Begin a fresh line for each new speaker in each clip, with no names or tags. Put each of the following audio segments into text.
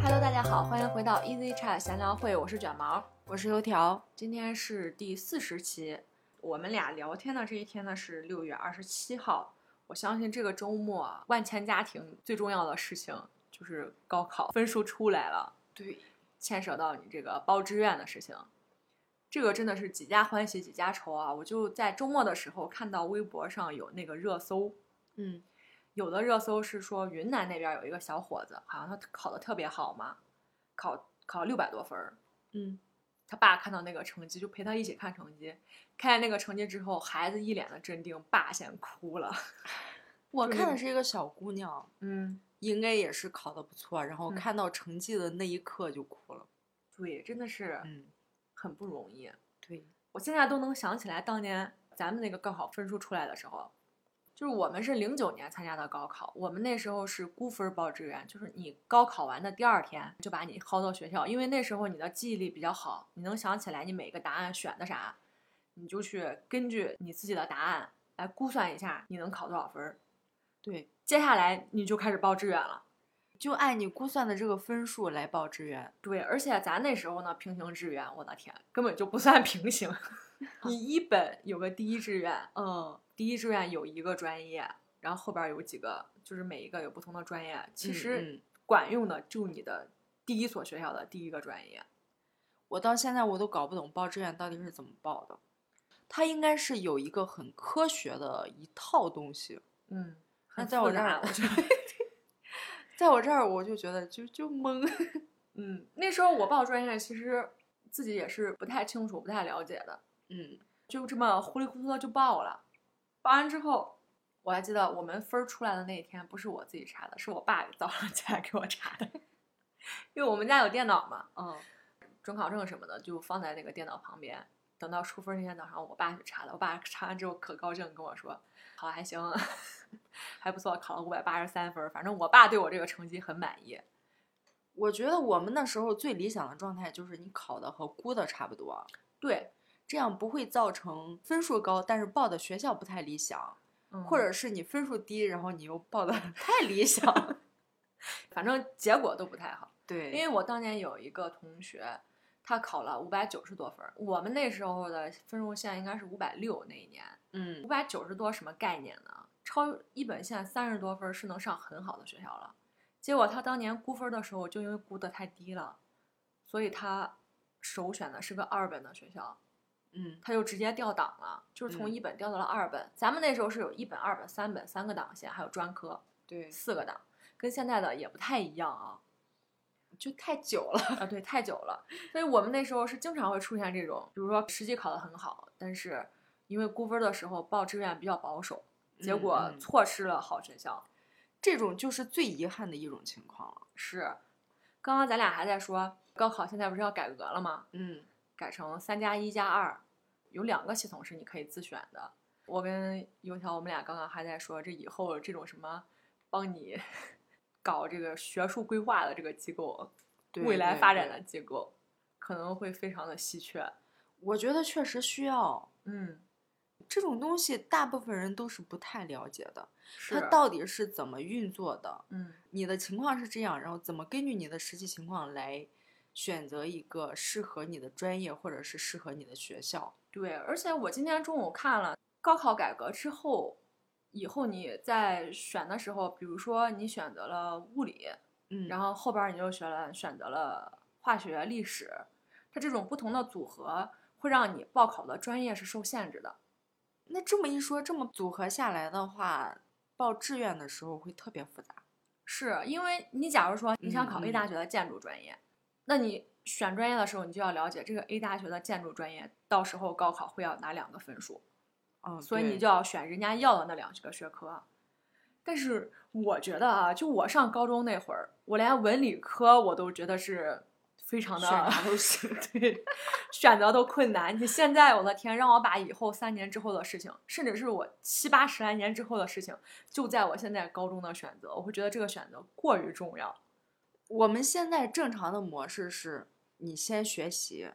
Hello，大家好，欢迎回到 Easy Chat 闲聊会，我是卷毛，我是油条，今天是第四十期，我们俩聊天的这一天呢是六月二十七号，我相信这个周末啊万千家庭最重要的事情就是高考分数出来了，
对，
牵扯到你这个报志愿的事情，这个真的是几家欢喜几家愁啊！我就在周末的时候看到微博上有那个热搜，
嗯，
有的热搜是说云南那边儿有一个小伙子，好像他考的特别好嘛，考考六百多分儿。
嗯，
他爸看到那个成绩，就陪他一起看成绩。看见那个成绩之后，孩子一脸的镇定，爸先哭了。
我
就是
看的是一个小姑娘，
嗯，
应该也是考的不错，然后
嗯
看到成绩的那一刻就哭了。
对，真的是
嗯，
很不容易。
对，
我现在都能想起来当年咱们那个高考分数出来的时候，就是我们是零九年参加的高考，我们那时候是估分报志愿，就是你高考完的第二天就把你薅到学校，因为那时候你的记忆力比较好，你能想起来你每个答案选的啥，你就去根据你自己的答案来估算一下你能考多少分儿。
对，
接下来你就开始报志愿了。
就按你估算的这个分数来报志愿。
对，而且咱那时候呢，平行志愿，我的天，根本就不算平 行。你一本有个第一志愿，
嗯，
第一志愿有一个专业，然后后边儿有几个，就是每一个有不同的专业。其实
嗯
管用的就你的第一所学校的第一个专业。
我到现在我都搞不懂报志愿到底是怎么报的。它应该是有一个很科学的一套东西，
嗯，
那
很
在我
复
这
杂
儿
我觉得，
在我这儿我就觉得就就懵。
嗯，那时候我报专业其实自己也是不太清楚、不太了解的，
嗯
就这么糊里糊涂的就报了。报完之后，我还记得我们分儿出来的那一天，不是我自己查的，是我爸早上起来给我查的， 因为我们家有电脑嘛，
嗯
准考证什么的就放在那个电脑旁边。等到出分儿那天早上，我爸去查的。我爸查完之后可高兴，跟我说：“考还行， 还不错，考了五百八十三分儿。”反正我爸对我这个成绩很满意。
我觉得我们那时候最理想的状态就是你考的和估的差不多，啊
对，
这样不会造成分数高，但是报的学校不太理想，
嗯
或者是你分数低，然后你又报的 太理想。
反正结果都不太好。
对
因为我当年有一个同学，他考了五百九十多分儿，我们那时候的分数线应该是五百六那一年，五
嗯，
百九十多什么概念呢？超一本线三十多分儿是能上很好的学校了。结果他当年估分儿的时候，就因为估的太低了，所以他首选的是个二本的学校，
嗯
他就直接调档了，就是从
嗯
一本调到了二本。咱们那时候是有一本、二本、三本三个档线，还有专科
对，
四个档，跟现在的也不太一样啊。
就太久了。
啊，对，太久了，所以我们那时候是经常会出现这种，比如说实际考得很好，但是因为估分儿的时候报志愿比较保守，结
嗯
果
嗯
错失了好学校。
这种就是最遗憾的一种情况了。
是，刚刚咱俩还在说高考现在不是要改革了吗？
嗯
改成三加一加二，有两个系统是你可以自选的。我跟油条，我们俩刚刚还在说，这以后这种什么帮你 搞这个学术规划的这个机构，
对
未来
对
发展
对
的机构，可能会非常的稀缺。
我觉得确实需要
嗯，
这种东西，大部分人都是不太了解的，
是啊
它到底是怎么运作的？
嗯
你的情况是这样，然后怎么根据你的实际情况来选择一个适合你的专业或者是适合你的学校？
对，而且我今天中午看了高考改革之后，以后你在选的时候，比如说你选择了物理，
嗯
然后后边儿你又选了选择了化学、历史，它这种不同的组合会让你报考的专业是受限制的。
那这么一说，这么组合下来的话，报志愿的时候会特别复杂。
是因为你假如说你想考
嗯
A
嗯
大学的建筑专业，那你选专业的时候，你就要了解这个 A 大学的建筑专业，到时候高考会要拿两个分数。
嗯，
所以你
对
就要选人家要的那两个学科。啊但是我觉得啊，就我上高中那会儿，我连文理科我都觉得是非常的，
选啥都行
对，选择都困难。你现在我的天，让我把以后三年之后的事情，甚至是我七八十来年之后的事情，就在我现在高中的选择，我会觉得这个选择过于重要。
我们现在正常的模式是，你先学习，然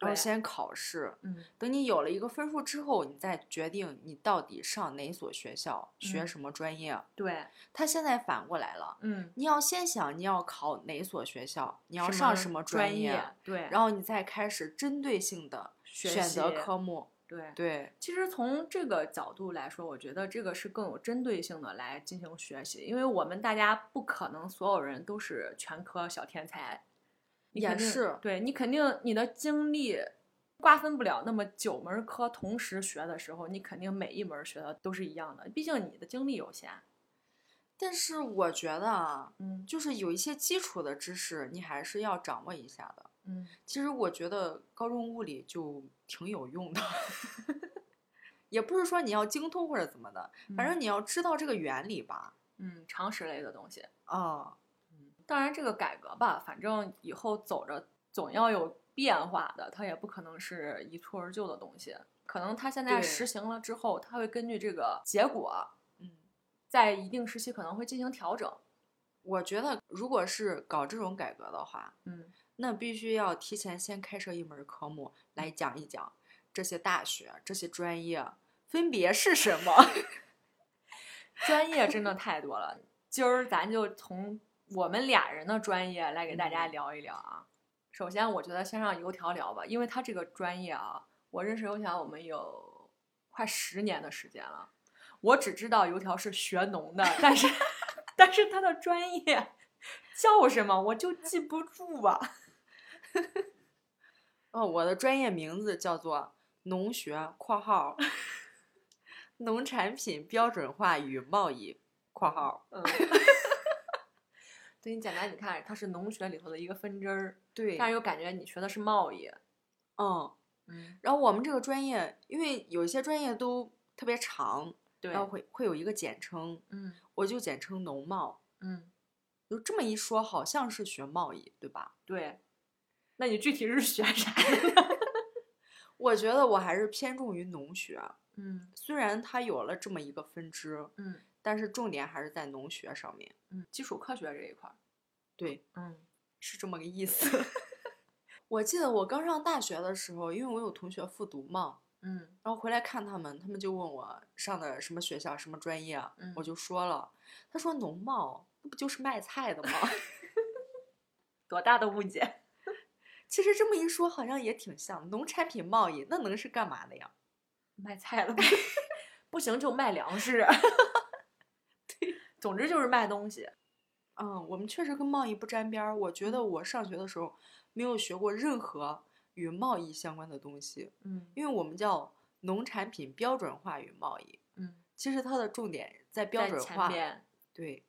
后
对
先考试，
嗯
等你有了一个分数之后，你再决定你到底上哪所学校，学
嗯
什么专业。
对，
他现在反过来了，
嗯，
你要先想你要考哪所学校，你
你
要上什么
专
业，
对，
然后你再开始针对性的
学
选择
习
科目。
对。
对，
其实从这个角度来说，我觉得这个是更有针对性的来进行学习，因为我们大家不可能所有人都是全科小天才，你
也
肯定
是
对你肯定你的精力瓜分不了那么九门科同时学的时候，你肯定每一门学的都是一样的，毕竟你的精力有限。
但是我觉得啊，
嗯
就是有一些基础的知识，你还是要掌握一下的。
嗯，
其实我觉得高中物理就挺有用的， 也不是说你要精通或者怎么的，反正
你
你要知道这个原理吧。
嗯常识类的东西，
啊，
当然这个改革吧，反正以后走着总要有变化的，它也不可能是一蹴而就的东西。可能它现在
对
实行了之后，它会根据这个结果，
嗯，
在一定时期可能会进行调整。
我觉得如果是搞这种改革的话，
嗯
那必须要提前先开设一门科目来讲一讲这些大学、这些专业分别是什么。
专业真的太多了，今儿咱就从我们俩人的专业来给大家
嗯
聊一聊啊。首先，我觉得先让油条聊吧，因为他这个专业啊，我认识油条我们有快十年的时间了。我只知道油条是学农的，但 是但是他的专业叫什么我就记不住啊吧。
哦，我的专业名字叫做农学（ 括号农产品标准化与贸易（括号
嗯，对你简单，你看它是农学里头的一个分支儿，）
对
但是又感觉你学的是贸易。
嗯，
嗯，
然后我们这个专业，因为有一些专业都特别长，
对
然，后会会有一个简称，
嗯
我就简称农贸。
嗯。
有这么一说，好像是学贸易，对吧？
对，那你具体是学啥？
我觉得我还是偏重于农学，
嗯
虽然它有了这么一个分支，
嗯
但是重点还是在农学上面。
嗯，基础科学这一块儿。
对，
嗯
是这么个意思。 我记得我刚上大学的时候，因为我有同学复读嘛，
嗯
然后回来看他们，他们就问我上的什么学校、什么专业，啊
嗯
我就说了，他说农贸，那不就是卖菜的吗？
多大的误解！
其实这么一说，好像也挺像农产品贸易，那能是干嘛的呀？
卖菜 了吧？不行就卖粮 食。总之就是卖东西。
嗯，我们确实跟贸易不沾边儿。我觉得我上学的时候没有学过任何与贸易相关的东西，
嗯
因为我们叫农产品标准化与贸易。
嗯，
其实它的重点在标
在
准
前
化，
面
对，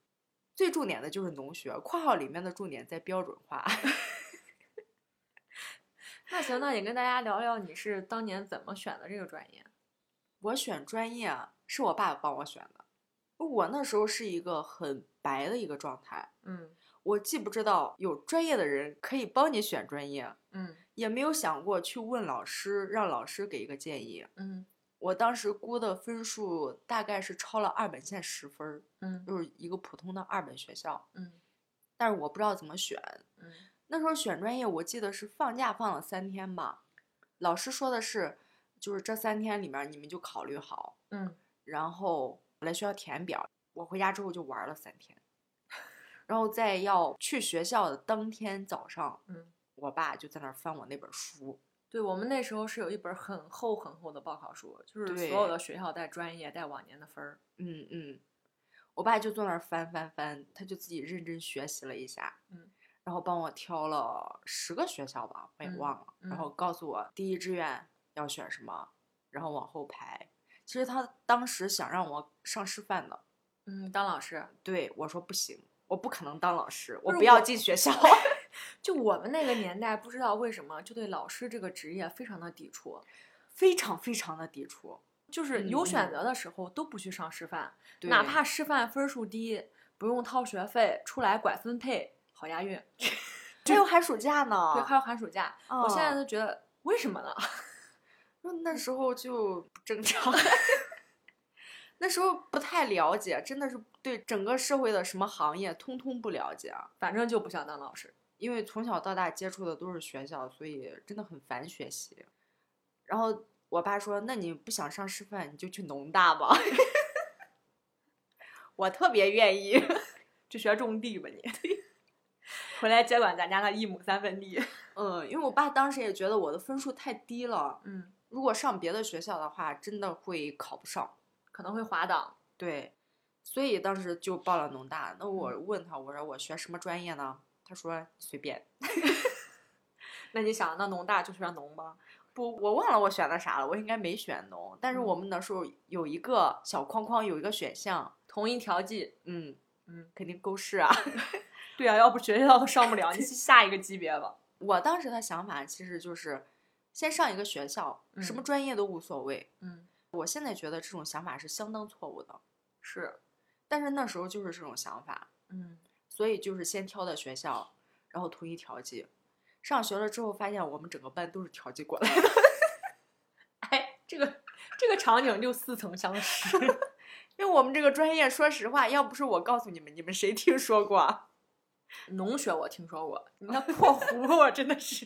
最重点的就是农学（括号里面的重点在标准化）
那行，那也跟大家聊聊你是当年怎么选的这个专业。
我选专业啊，是我爸爸帮我选的。我那时候是一个很白的一个状态，
嗯
我既不知道有专业的人可以帮你选专业，
嗯
也没有想过去问老师，让老师给一个建议。
嗯
我当时估的分数大概是超了二本线十分儿，
嗯
就是一个普通的二本学校，
嗯
但是我不知道怎么选。
嗯
那时候选专业，我记得是放假放了三天吧，老师说的是，就是这三天里面儿你们就考虑好，
嗯，
然后来学校填表。我回家之后就玩儿了三天， 然后在要去学校的当天早上，
嗯，
我爸就在那儿翻我那本书，
对我们那时候是有一本很厚很厚的报考书，就是所
对
有的学校带专业带往年的分儿。
嗯嗯，我爸就坐那儿翻翻翻，他就自己认真学习了一下，
嗯，
然后帮我挑了十个学校吧，我也
嗯
忘了，然
嗯
后告诉我第一志愿要选什么，然后往后排。其实他当时想让我上师范的，
嗯，当老师，
对我说不行，我不可能当老师，我
是
不要
我
进 学校。
就我们那个年代，不知道为什么就对老师这个职业非常的抵触，
非常非常的抵触，
就是
嗯
有
嗯
选择的时候都不去上师范，
对
哪怕师范分数低，不用掏学费，出来拐分配，好押韵。
还有寒暑假呢。
对，还有寒暑假，我现在
嗯
都觉得为什么呢？
那那时候就不正常， 那时候不太了解，真的是对整个社会的什么行业通通不了解。啊
反正就不想当老师。
因为从小到大接触的都是学校，所以真的很烦学习。然后我爸说：“那你不想上师范，你就去农大吧。”我特别愿意，
就学种地吧你， 回来接管咱家那一亩三分地。
嗯，因为我爸当时也觉得我的分数太低了，
嗯，
如果上别的学校的话，真的会考不上。
可能会滑档。
对，所以当时就报了农大。那我问他，我说我学什么专业呢？他说随便。
那你想，那农大就学农吧。
不，我忘了我选的啥了，我应该没选农。但是我们那时候有一个小框框，有一个选项，
同一调剂，
嗯
嗯，
肯定勾是啊。
对啊，要不学校都上不了，你去下一个级别吧。
我当时的想法其实就是，先上一个学校，什么
嗯
专业都无所谓。
嗯，
我现在觉得这种想法是相当错误的，
是，
但是那时候就是这种想法。
嗯
所以就是先挑的学校，然后统一调剂。上学了之后，发现我们整个班都是调剂过来的，
哎，这个这个场景就似曾相识。
因为我们这个专业，说实话，要不是我告诉你们，你们谁听说过啊？
农学我听说过，你那破葫芦我真的 是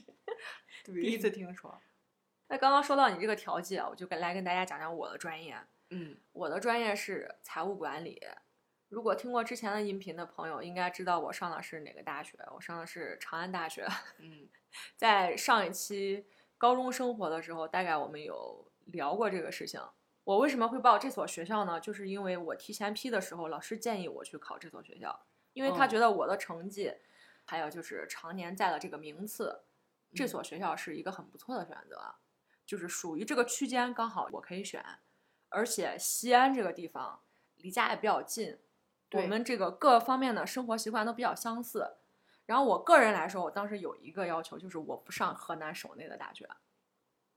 对
第一次，听说。 那刚刚说到你这个调剂啊，我就跟来跟大家讲讲我的专业。
嗯
我的专业是财务管理。如果听过之前的音频的朋友，应该知道我上的是哪个大学。我上的是长安大学。
嗯
在上一期高中生活的时候，大概我们有聊过这个事情。我为什么会报这所学校呢？就是因为我提前批的时候，老师建议我去考这所学校，因为他
嗯
觉得我的成绩，还有就是常年在的这个名次，这
嗯
所学校是一个很不错的选择，就是属于这个区间刚好我可以选，而且西安这个地方离家也比较近，我
对
们这个各方面的生活习惯都比较相似。然后我个人来说，我当时有一个要求，就是我不上河南省内的大学。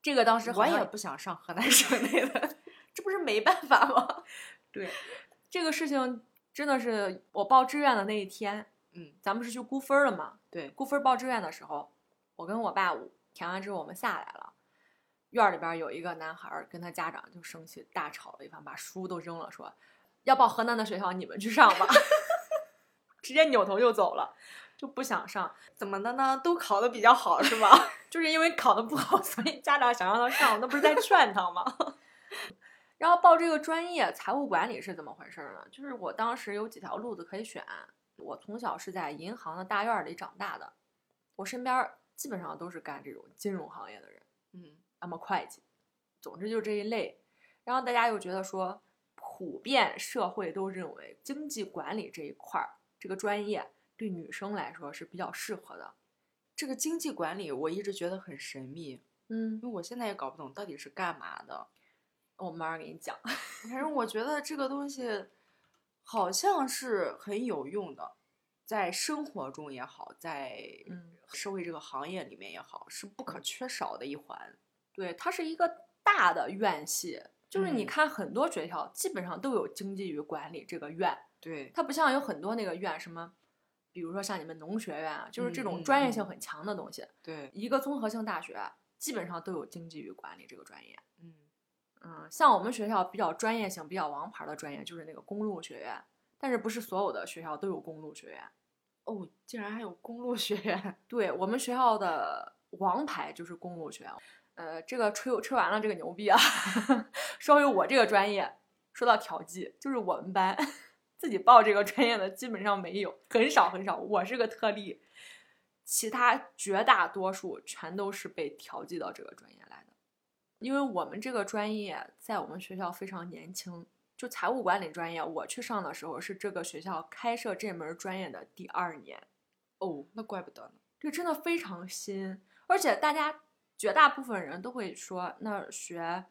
这个当时好
我
像
也不想上河南省内的， 这不是没办法吗？
对 这个事情真的是我报志愿的那一天，
嗯，
咱们是去估分儿了嘛？
对
估分儿报志愿的时候，我跟我爸填完之后，我们下来了，院儿里边儿有一个男孩儿跟他家长就生气大吵了一番，把书都扔了，说要报河南的学校，你们去上 吧， 直接扭头就走了，就不想上，
怎么的呢？都考的比较好是 吧？
就是因为考得不好， 所以家长想让他上，那不是在劝他吗？ 然后报这个专业财务管理是怎么回事儿呢？就是我当时有几条路子可以选，我从小是在银行的大院儿里长大的，我身边儿基本上都是干这种金融行业的人，
嗯
那么会计，总之就这一类。然后大家又觉得说，普遍社会都认为经济管理这一块儿这个专业对女生来说是比较适合的。
这个经济管理我一直觉得很神秘，
嗯
因，为我现在也搞不懂到底是干嘛的。
我慢慢给你讲。
反正我觉得这个东西好像是很有用的，在生活中也好，在
嗯。
社会这个行业里面也好，是不可缺少的一环。
对，它是一个大的院系，就是你
嗯
看很多学校基本上都有经济与管理这个院，
对，
它不像有很多那个院什么，比如说像你们农学院啊，就是这
嗯
种
嗯
专业性
嗯
很强的东西，
对，
一个综合性大学基本上都有经济与管理这个专业。
嗯，
嗯，像我们学校比较专业性、比较王牌儿的专业就是那个公路学院，但是不是所有的学校都有公路学院。
哦，竟然还有公路学院，
对我们学校的王牌就是公路学院。呃，这个吹吹完了这个牛逼啊！ 说回我这个专业，说到调剂，就是我们班自己报这个专业的基本上没有，很少很少，我是个特例，其他绝大多数全都是被调剂到这个专业来的。因为我们这个专业在我们学校非常年轻，就财务管理专业，我去上的时候是这个学校开设这门专业的第二年。
哦，那怪不得呢。
这真的非常新，而且大家绝大部分人都会说，那学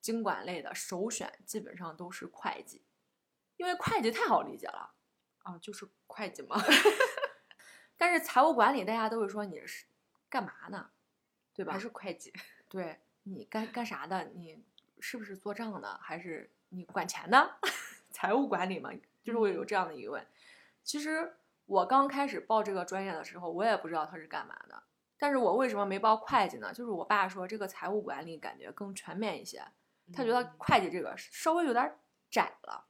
经管类的首选基本上都是会计，因为会计太好理解了。
啊，就是会计嘛，
但是财务管理，大家都会说你是干嘛呢？对吧？
还是会 计。
对你干干啥的？你是不是做账的？还是你管钱的？ 财务管理嘛，就是会有这样的疑问。其实我刚开始报这个专业的时候，我也不知道它是干嘛的。但是我为什么没报会计呢？就是我爸说这个财务管理感觉更全面一些，他觉得
嗯
会计这个稍微有点儿窄了。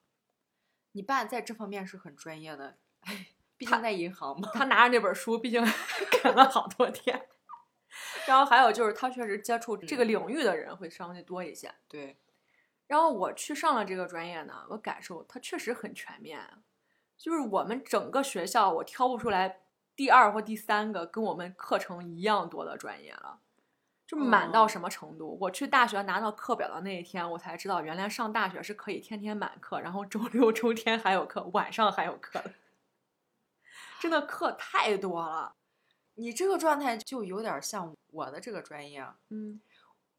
你爸在这方面是很专业的，哎，毕竟在银行嘛。
他拿着那本书，毕竟 啃了好多天。 然后还有就是，他确实接触这个领域的人会稍微多一些。
对，
然后我去上了这个专业呢，我感受它确实很全面，就是我们整个学校我挑不出来第二或第三个跟我们课程一样多的专业了，就满到
哦
什么程度？我去大学拿到课表的那一天，我才知道原来上大学是可以天天满课，然后周六周天还有课，晚上还有课的，真的课太多了。
你这个状态就有点像我的这个专业，啊
嗯，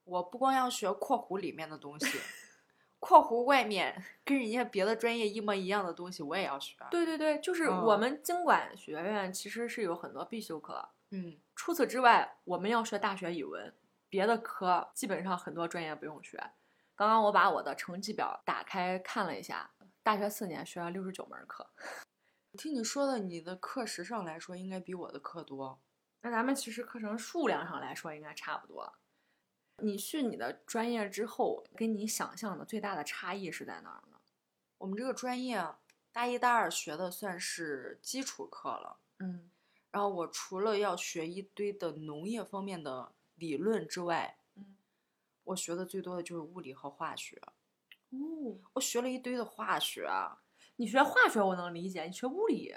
我不光要学括弧里面的东 西，括弧外面跟人家别的专业一模一样的东西我也要学。，啊
对对对，就是我
嗯
们经管学院其实是有很多必修课，
嗯，
除此之外，我们要学大学语文，别的科基本上很多专业不用学。刚刚我把我的成绩表打开看了一下，大学四年学了六十九门课。
听你说的，你的课时上来说应该比我的课多。
那咱们其实课程数量上来说应该差不多。你去你的专业之后，跟你想象的最大的差异是在哪儿呢？
我们这个专业啊大一、大二学的算是基础课了，
嗯
然后我除了要学一堆的农业方面的理论之外，
嗯
我学的最多的就是物理和化学。
哦，
我学了一堆的化学啊，
你学化学我能理解，你学物理，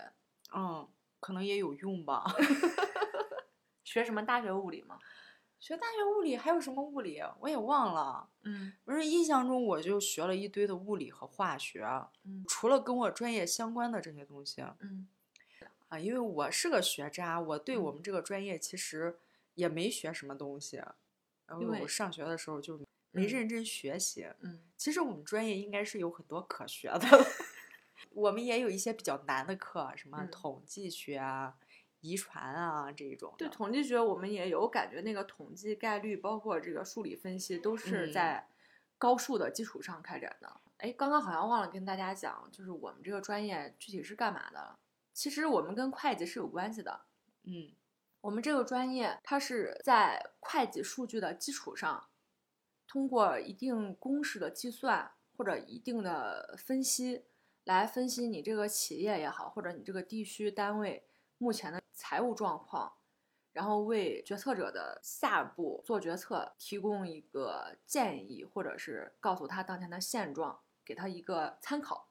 嗯，可能也有用吧。
学什么大学物理吗？
学大学物理还有什么物理我也忘了，
嗯
反正印象中我就学了一堆的物理和化学，
嗯
除了跟我专业相关的这些东西啊，
嗯
因为我是个学渣，我对我
嗯
们这个专业其实也没学什么东西，然后
因为
我上学的时候就没
嗯
认真学习。
嗯
其实我们专业应该是有很多可学的， 我们也有一些比较难的课，啊什么
嗯
统计学啊、遗传啊这一种的。
对统计学，我们也有感觉，那个统计概率，包括这个数理分析，都是
嗯
在高数的基础上开展的。哎、刚刚好像忘了跟大家讲，就是我们这个专业具体是干嘛的了。其实我们跟会计是有关系的。
嗯，
我们这个专业，它是在会计数据的基础上，通过一定公式的计算或者一定的分析，来分析你这个企业也好，或者你这个地区单位目前的财务状况，然后为决策者的下一步做决策提供一个建议，或者是告诉他当前的现状，给他一个参考。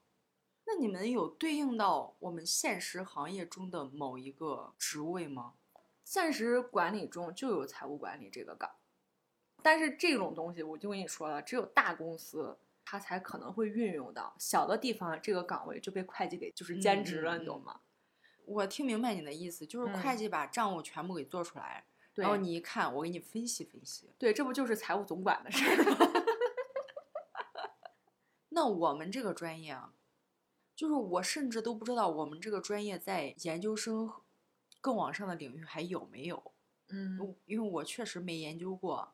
那你们有对应到我们现实行业中的某一个职位吗？
现实管理中就有财务管理这个岗，但是这种东西我就跟你说了，只有大公司它才可能会运用到，小的地方这个岗位就被会计给就是兼职了，
嗯嗯
你懂吗？
我听明白你的意思，就是会
嗯
计把账务全部给做出来，
对
然后你一看，我给你分析分析。
对，这不就是财务总管的事儿吗？
那我们这个专业啊，就是我甚至都不知道我们这个专业在研究生和更往上的领域还有没有，
嗯
因为我确实没研究过。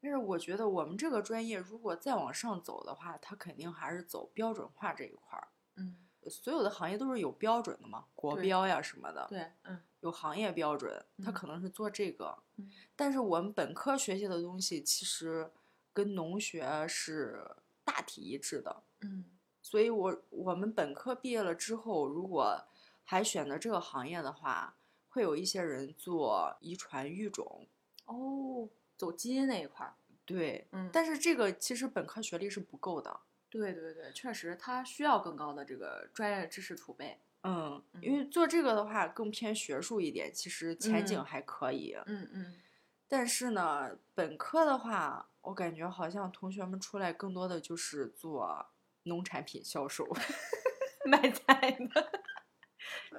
但是我觉得我们这个专业如果再往上走的话，它肯定还是走标准化这一块儿。呃
嗯，
所有的行业都是有标准的嘛，国
对
标呀什么 的。
对，嗯
有行业标准，他
嗯
可能是做这个。
嗯
但是我们本科学习的东西其实跟农学是大体一致的，
嗯
所以我我们本科毕业了之后，如果还选择这个行业的话，会有一些人做遗传育种，
哦，走基因那一块儿，
对。
嗯但
但是这个其实本科学历是不够的，
对对对，确实它需要更高的这个专业知识储备。
嗯，因为做这个的话更偏学术一点，其实前景
嗯
还可以，
嗯嗯，
但是呢，本科的话，我感觉好像同学们出来更多的就是做农产品销售，
卖菜的，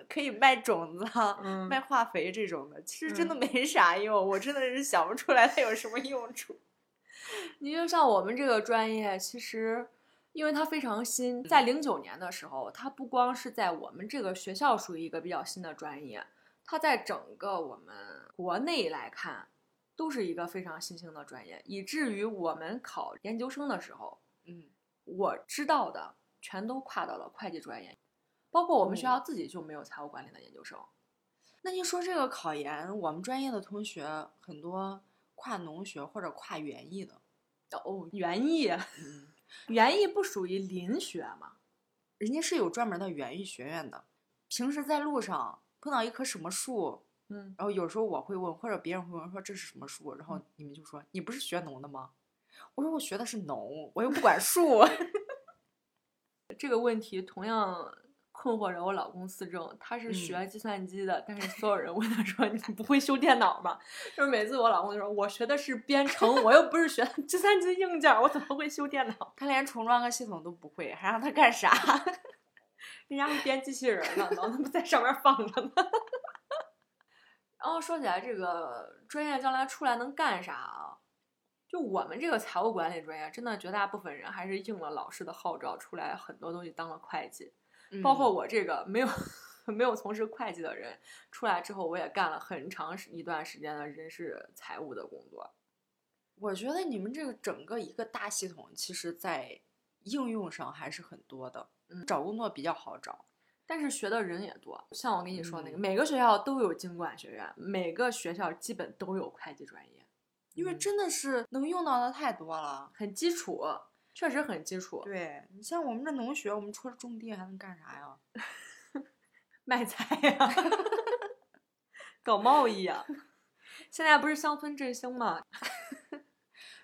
可以卖种子啊、
嗯
卖化肥这种的，其实真的
嗯
没啥用，我真的是想不出来它有什么用处。
你就像我们这个专业，其实因为它非常新，在零九年的时候，它不光是在我们这个学校属于一个比较新的专业，它在整个我们国内来看，都是一个非常新兴的专业，以至于我们考研究生的时候，
嗯，
我知道的全都跨到了会计专业，包括我们学校
哦
自己就没有财务管理的研究生。
那您说这个考研，我们专业的同学很多跨农学或者跨园艺的，
哦，园艺，
嗯，
园艺不属于林学吗？
人家是有专门的园艺学院的。平时在路上碰到一棵什么树，
嗯，
然后有时候我会问，或者别人会问说这是什么树，然后你们就说你不是学农的吗？我说我学的是农，我又不管树。
这个问题同样困惑着我老公思政，他是学计算机的，但是所有人问他说：“你不会修电脑吗？”就是每次我老公就说：“我学的是编程，我又不是学的计算机硬件，我怎么会修电脑？
他连重装个系统都不会，还让他干啥？
人家会编机器人呢，脑子不在上面放着呢。” 然后说起来，这个专业将来出来能干啥啊？就我们这个财务管理专业，真的绝大部分人还是应了老师的号召，出来很多东西当了会计。包括
我，
我这个没有 没有从事会计的人，出来之后我也干了很长时一段时间的人事财务的工作。
我觉得你们这个整个一个大系统，其实在应用上还是很多的。
嗯
找工作比较好找。
但是学的人也多，像我跟你说那个，
嗯
每个学校都有经管学院，每个学校基本都有会计专业，
因为
嗯
真的是能用到的太多了。
很基础，确实很基础。
对你像我们这农学，我们除了种地还能干啥呀？
卖菜呀、 搞贸易 呀、现在不是乡村振兴嘛？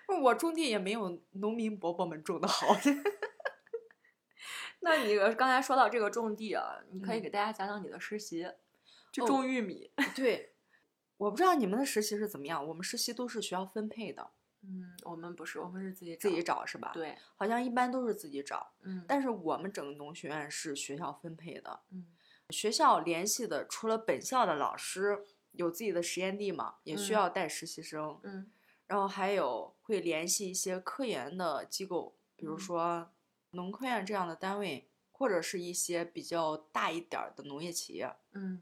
不是我种地也没有农民伯伯们种的好。
那你呃刚才说到这个种地啊，你可以
嗯
给大家讲讲你的实习，就
哦
种玉米。
对，我不知道你们的实习是怎么样，我们实习都是学校分配的，
嗯，我们不是，我们是自己
自
找
己找是吧？，
对，
好像一般都是自己找，
嗯，
但是我们整个农学院是学校分配的，
嗯
学校联系的除了本校的老师有自己的实验地嘛，也需
嗯
要带实习生，
嗯
然后还有会联系一些科研的机构，比如
嗯
说农科院这样的单位，或者是一些比较大一点儿的农业企业。
嗯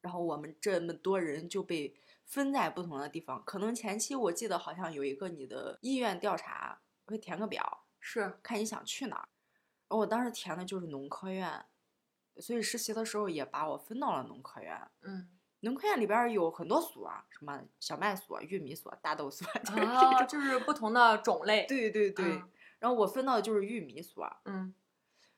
然后我们这么多人就被分在不同的地方。可能前期我记得好像有一个你的意愿调查，会填个表，
是，
看你想去哪儿。然后我当时填的就是农科院，所以实习的时候也把我分到了农科院。
嗯
农科院里边儿有很多所啊，什么小麦所、玉米所、大豆所， 就是这
啊，
种
就是不同的种类，
对对对。
啊
然后我分到的就是玉米所，
嗯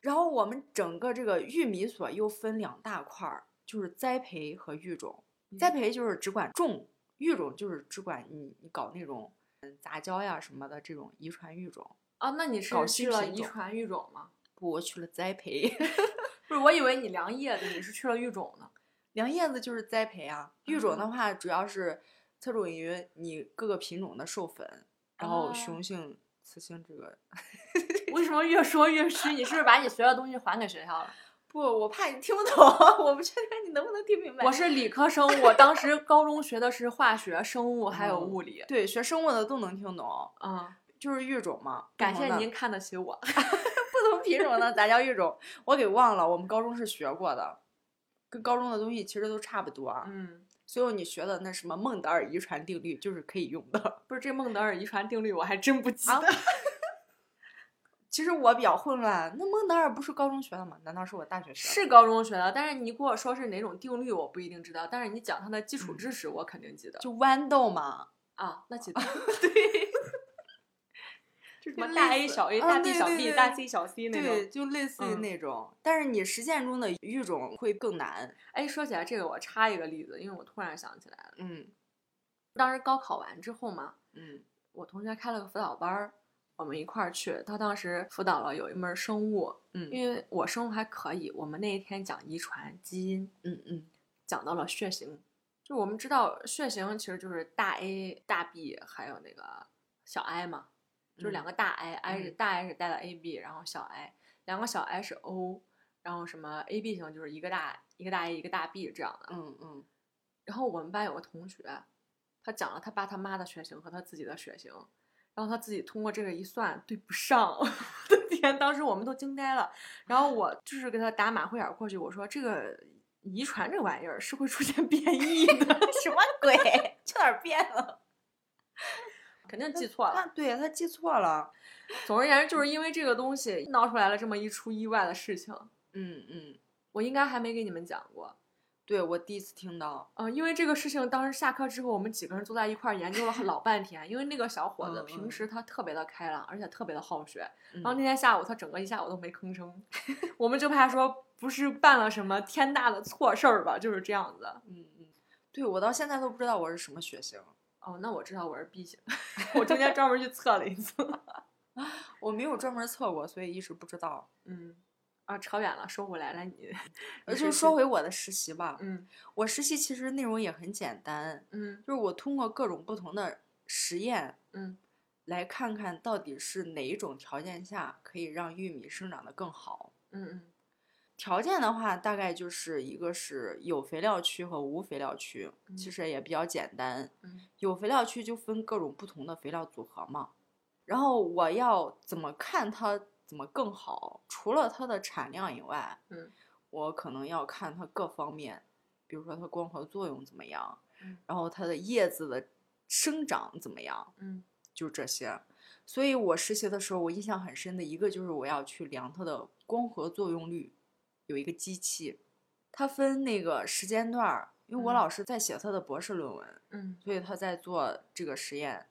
然后我们整个这个玉米所又分两大块儿，就是栽培和育种。栽
嗯
培就是只管种，育种就是只管你你搞那种嗯杂交呀什么的这种遗传育种。
啊，那你是
搞新
去了
品
遗
种
传育种吗？
不，我去了栽培，
不是，我以为你凉叶子，你是去了育种呢。
凉叶子就是栽培啊。育种的
嗯
话，主要是侧重于你各个品种的授粉，然后
啊
雄性、雌性这个。
为什么越说越虚？你是不是把你学的东西还给学校了？
不，我怕你听不懂， 我不确定你能不能听明白。
我是理科生，我当时高中学的是化学、生物还有
嗯
物理。
对学生物的都能听懂，
哦嗯，
就是育种嘛。不
感
同
谢
的
您看得起我。
不同品种的杂交育种，我给忘了。我们高中是学过的，跟高中的东西其实都差不多。啊
嗯，
所有你学的那什么孟德尔遗传定律就是可以用的。
不是这孟德尔遗传定律，我还真不记
啊
得。
其实我比较混乱，那孟德尔不是高中学的吗？难道是我大学学的？
是高中学的，但是你跟我说是哪种定律，我不一定知道。但是你讲它的基础
嗯
知识，我肯定记得。
就豌豆嘛，
啊，那 记得
就
什
什
么大 A 小 A、
啊
大 B 小
对对
B、
对
大 C 小 C 那
对，
种。
就类似于
嗯
那种。但是你实践中的育种会更难。
哎，说起来这个，我插一个例子，因为我突然想起来了，
嗯
当时高考完之后嘛，
嗯
我同学开了个辅导班儿，我们一块儿去。他当时辅导了有一门生物，
嗯
因为我生物还可以，我们那一天讲遗传基因，
嗯嗯
讲到了血型。就我们知道血型其实就是大 A、大 B 还有那个小 I 嘛，就是两
嗯
个大 I，I、是
嗯
大 I 是带了 A B，然后小 I 两个小 I 是 O，然后什么 A B 型就是一个大一个大 A 一个大 B 这样的。
嗯嗯
然后我们班有个同学，他讲了他爸他妈的血型和他自己的血型，然后他自己通过这个一算对不上， 我的天，当时我们都惊呆了。然后我就是给他打马虎眼儿过去，我说这个遗传这玩意儿是会出现变异的，
什么鬼？ 去哪儿变了？
肯定记错了。
啊，对他记错了。
总而言之，就是因为这个东西闹出来了这么一出意外的事情，
嗯嗯，
我应该还没给你们讲过。
对我第一次听到。
嗯、因为这个事情，当时下课之后，我们几个人坐在一块儿研究了老半天。因为那个小伙子
嗯
平
嗯
时他特别的开朗，而且特别的好学。
然
然后那天下午，他整个一下午都没吭声 ，我们就怕说不是办了什么天大的错事儿吧？就是这样子。
嗯嗯，对我到现在都不知道我是什么血型，
哦，那我知道我是 B 型， 我中间专门去测了一次。
我没有专门测过，所以一直不知道。
嗯，啊，扯远了，说回来了，你，你
呃，就是
是
说
去，
回我的实习吧，
嗯
我实习其实内容也很简单，
嗯
就是我通过各种不同的实验
嗯
来看看到底是哪一种条件下可以让玉米生长得更好。
嗯嗯
条件的话，大概就是一个是有肥料区和无肥料区，其
嗯
实也比较简单。
嗯
有肥料区就分各种不同的肥料组合嘛。然后我要怎么看它怎么更好？除了它的产量以外，
嗯，
我可能要看它各方面，比如说它光合作用怎么样，
嗯
然后它的叶子的生长怎么样，
嗯
就这些。所以我实习的时候，我印象很深的一个就是我要去量它的光合作用率，有一个机器，它分那个时间段儿，因为我
嗯
老师在写他的博士论文，
嗯
所以他在做这个实验。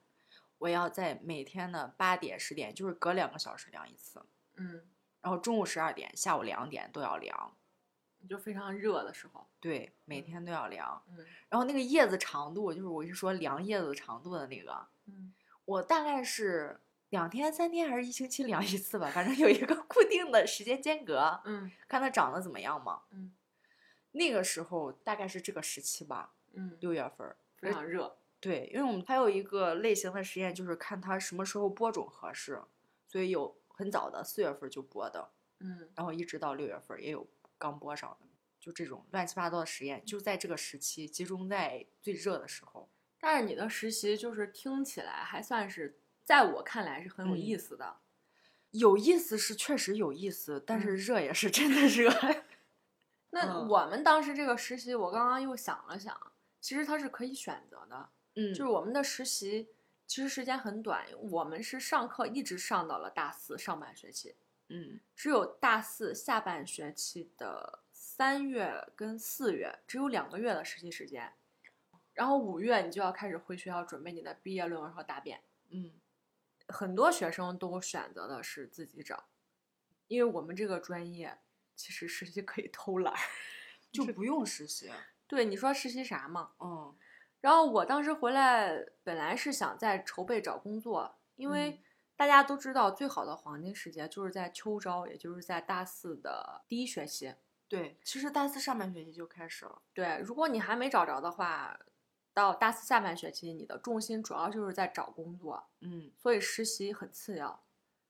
我要在每天的八点、十点，就是隔两个小时量一次，
嗯，
然后中午十二点、下午两点都要量，
就非常热的时候，
对，每
嗯
天都要量。
嗯
然后那个叶子长度，就是我是说量叶子长度的那个，
嗯
我大概是两天、三天还是一星期量一次吧，反正有一个固定的时间间隔，
嗯
看它长得怎么样嘛。
嗯
那个时候大概是这个时期吧，
嗯，
六月份儿。
非常热，
对，因为我们还有一个类型的实验，就是看它什么时候播种合适，所以有很早的四月份儿就播的，
嗯
然后一直到六月份儿也有刚播上的，就这种乱七八糟的实验，就在这个时期集中在最热的时候。
但是你的实习就是听起来还算是，在我看来是很有意思的。
有意思是确实有意思，但是
嗯
热也是真的热。
那
嗯
我们当时这个实习，我刚刚又想了想，其实它是可以选择的，
嗯，
就是我们的实习其实时间很短，我们是上课一直上到了大四上半学期，
嗯
只有大四下半学期的三月跟四月，只有两个月的实习时间，然后五月你就要开始回学校准备你的毕业论文和答辩。
嗯
很多学生都选择的是自己找，因为我们这个专业其实实习可以偷懒儿。
就不用实习。
对，你说实习啥嘛？
嗯
然后我当时回来本来是想在筹备找工作，因
嗯
为大家都知道最好的黄金时节就是在秋招，也就是在大四的第一学期。
对，其实大四上半学期就开始了。
对，如果你还没找着的话，到大四下半学期，你的重心主要就是在找工作。
嗯
所以实习很次要。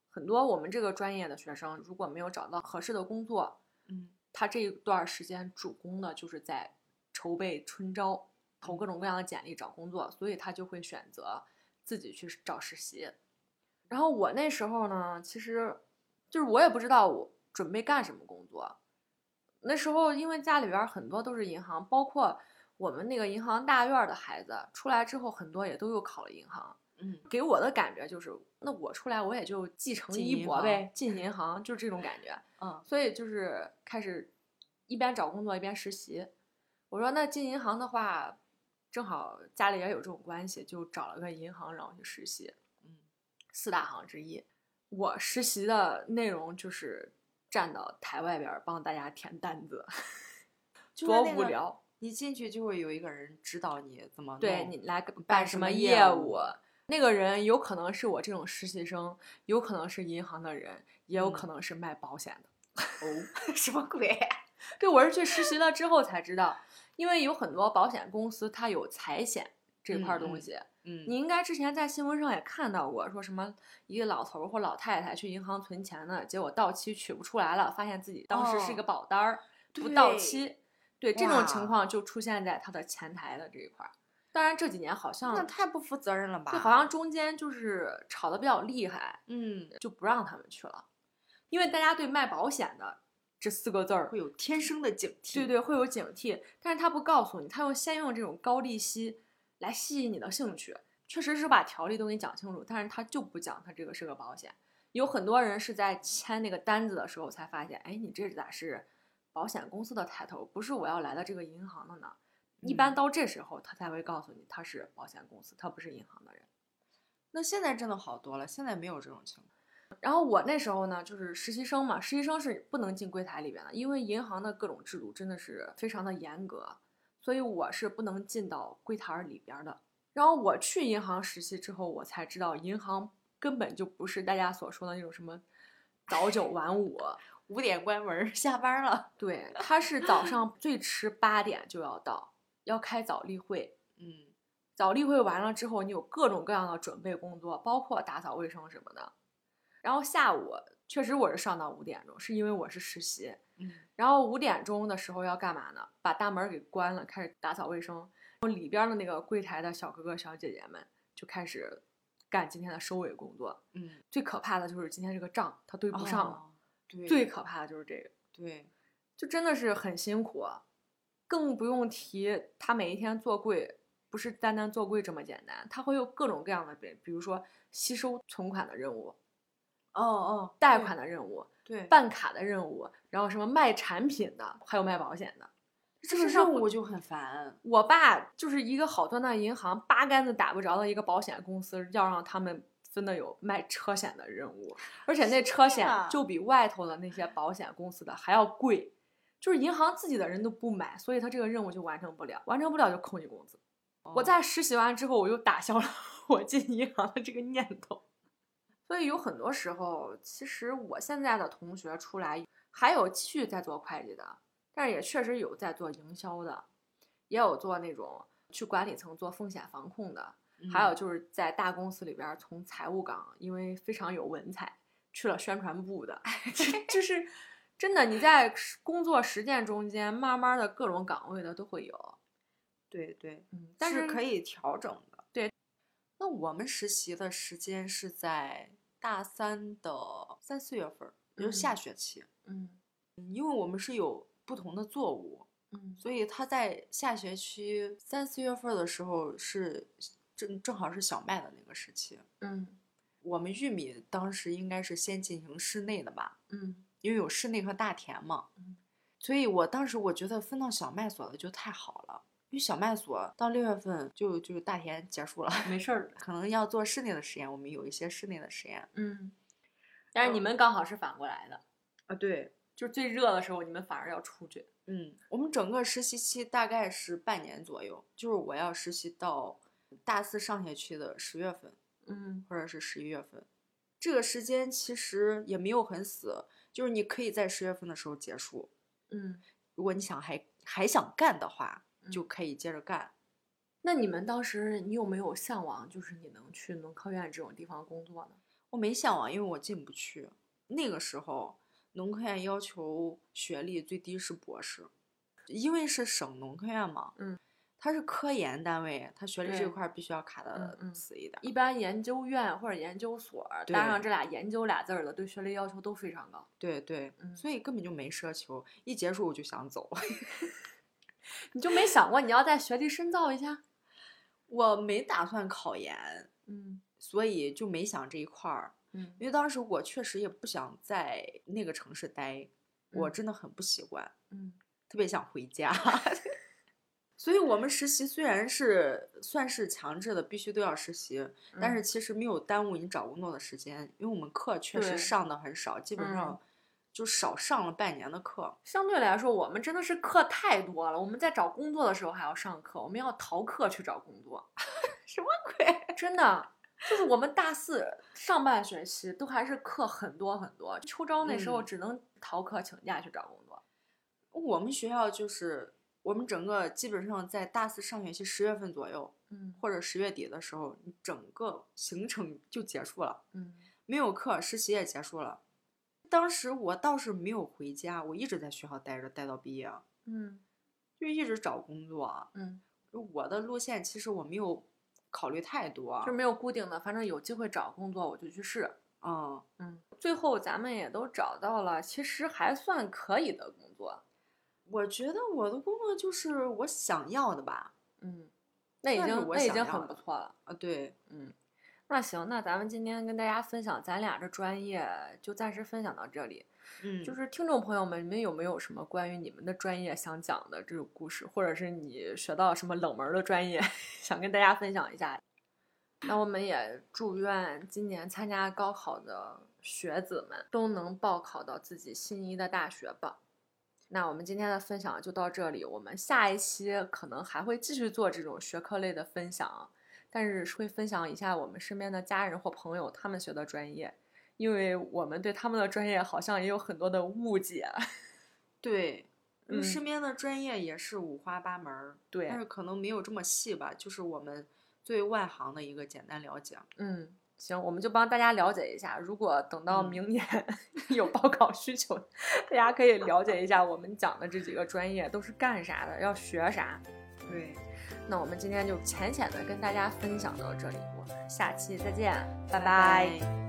很多我们这个专业的学生，如果没有找到合适的工作，
嗯
他这一段儿时间主攻的就是在筹备春招，投各种各样的简历找工作，所以他就会选择自己去找实习。然后我那时候呢，其实就是我也不知道我准备干什么工作。那时候因为家里边儿很多都是银行，包括我们那个银行大院儿的孩子出来之后，很多也都又考了银行。
嗯
给我的感觉就是，那我出来我也就继承
进
衣
银
钵
行
呗，进 银行就是这种感觉。
嗯
所以就是开始一边找工作一边实习。我说那进银行的话，正好家里也有这种关系，就找了个银行让我去实习，
嗯
四大行之一。我实习的内容就是站到台外边儿帮大家填单 子，
就是
多
那
无
个
聊。
你进去就会有一个人指导你怎么弄。
对你来个
哦办
办
什
什
么
么
业
业
务
务，那个人有可能是我这种实习生，有可能是银行的人，也有可
嗯
能是卖保险的。
哦，什么鬼？
对，我是去实习了之后才知道，因为有很多保险公司它有财险这块儿
嗯
东
嗯
西，
嗯
你应该之前在新闻上也看到过，说什么一个老头儿或老太太去银行存钱呢，结果到期取不出来了，发现自己当时是一个
哦
保单儿、不到
对
期，对这种
哇
情况就出现在他的前台的这一块儿。当然这几年好像
那太不负责任了吧？
就好像中间就是吵得比较厉害，
嗯
就不让他们去了，因为大家对卖保险的这四个字儿，
会有天生的警惕。
对对会有警惕，但是他不告诉你，他用先用这种高利息来吸引你的兴趣，确实是把条例都给你讲清楚，但是他就不讲他这个是个保险。有很多人是在签那个单子的时候才发现，哎，你这咋是保险公司的抬头，不是我要来的这个银行的呢？一般
嗯
到这时候，他才会告诉你他是保险公司，他不是银行的人。
那现在真的好多了，现在没有这种情况。
然后我那时候呢，就是实习生嘛，实习生是不能进柜台里边的，因为银行的各种制度真的是非常的严格，所以我是不能进到柜台儿里边儿的。然后我去银行实习之后，我才知道银行根本就不是大家所说的那种什么早九晚五，
五点关门儿，下班儿了。
对，它是早上最迟八点就要到，要开早例会。
嗯，
早例会完了之后，你有各种各样的准备工作，包括打扫卫生什么的。然后下午确实我是上到五点钟，是因为我是实习。
嗯，
然后五点钟的时候要干嘛呢？把大门儿给关了，开始打扫卫生。然后里边儿的那个柜台的小哥哥小姐姐们就开始干今天的收尾工作。
嗯，
最可怕的就是今天这个账它对不上了，
哦。对
最可怕的就是这个，
对，
就真的是很辛苦啊，更不用提他每一天做柜。不是单单做柜这么简单，他会有各种各样的，比比如说吸收存款的任务、
哦哦，
贷
对
款的任务、
对，
办卡的任务，然后什么卖产品的，还有卖保险的，
这
个
个
让
任
我
务就很烦。
我爸就是一个好端端银行八竿子打不着的一个保险公司，要让他们真的有卖车险的任务，而且那车险
天呐
就比外头的那些保险公司的还要贵，就是银行自己的人都不买，所以他这个任务就完成不了，完成不了就扣你工资。我
哦
在实习完之后，我又打消了 我进银行的这个念头。所以有很多时候，其实我现在的同学出来，还有继续在做会计的，但是也确实有在做营销的，也有做那种去管理层做风险防控的，还有
嗯
就是在大公司里边儿从财务岗，因为非常有文采，去了宣传部的， 这就是真的。你在工作实践中间，慢慢的各种岗位的都会有，
对对，
嗯，但
但
是
是可以调整的。
对，
那我们实习的时间是在大三的三四月份儿，也就是下
嗯
学期，
嗯
因为我们是有不同的座务，
嗯
所以他在下学期三四月份儿的时候是正正好是小麦的那个时期。
嗯
我们玉米当时应该是先进行室内的吧，
嗯
因为有室内和大田嘛
嗯。
所以我当时我觉得分到小麦所的就太好了，因为小麦所到六月份就就是大田结束了，
没事儿，
可能要做室内的实验，我们有一些室内的实验
嗯。但是你们刚好是反过来的，
啊，对，
就是最热的时候，你们反而要出去。
嗯，我们整个实习期大概是半年左右，就是我要实习到大四上学期的十月份
嗯
或者是十一月份，这个时间其实也没有很死，就是你可以在十月份的时候结束，
嗯。
如果你想还还想干的话，就
嗯
可以接着干。
那你们当时你有没有向往，就是你能去农科院这种地方工作呢？
我没向往，因为我进不去。那个时候，农科院要求学历最低是博士，因为是省农科院嘛，
嗯，
它是科研单位，它学历这
对
一块儿必须要卡的
嗯嗯
死一点。
一般研究院或者研究所儿搭上
对
这俩“研究”俩字儿的，对学历要求都非常高。
对对，
嗯
所以根本就没奢求。一结束我就想走，
你就没想过你要在学历深造一下？
我没打算考研，
嗯
所以就没想这一块儿。
嗯
因为当时我确实也不想在那个城市待，我
嗯
真的很不习惯。
嗯
特别想回家。 所以，我们实习虽然是算是强制的，必须都要实习，但是
嗯
其实没有耽误你找工作的时间，因为我们课确
对
实上的很少，基本
嗯
上就少上了半年的课。
相对来说，我们真的是课太多了。我们在找工作的时候还要上课，我们要逃课去找工作。
什么鬼？
真的，就是我们大四上半学期都还是课很多很多，秋招那时候
嗯
只能逃课请假去找工作。
我们学校就是我们整个基本上在大四上学期十月份左右
嗯
或者十月底的时候，你整个行程就结束了。
嗯
没有课，实习也结束了。当时我倒是没有回家，我一直在学校待着，待到毕业，啊
嗯
就一直找工作。
嗯，
就我的路线其实我没有考虑太多，
就是没有固定的，反正有机会找工作我就去试。
嗯，
嗯，最后咱们也都找到了，其实还算可以的工作。
我觉得我的工作就是我想要的吧。
嗯，那已
算是
经
我
那已
想
经
要
很不
的
错了。
啊，对，
嗯，那行，那咱们今天跟大家分享咱俩这专业，就暂时分享到这里。
嗯，
就是听众朋友们，你们有没有什么关于你们的专业想讲的这种故事，或者是你学到什么冷门儿的专业， 想跟大家分享一下？那我们也祝愿今年参加高考的学子们都能报考到自己心仪的大学吧。那我们今天的分享就到这里，我们下一期可能还会继续做这种学科类的分享，但是会分享一下我们身边的家人或朋友他们学的专业，因为我们对他们的专业好像也有很多的误解。啊
对，因为
嗯
身边的专业也是五花八门儿，
对
但，是可能没有这么细吧，就是我们对外行的一个简单了解。
嗯，行，我们就帮大家了解一下。如果等到
嗯
明年 有报考需求，大家可以了解一下我们讲的这几个专业都是干啥的，要学啥。
对，
那我们今天就浅浅的跟大家分享到这里，我们下期再见，拜
拜拜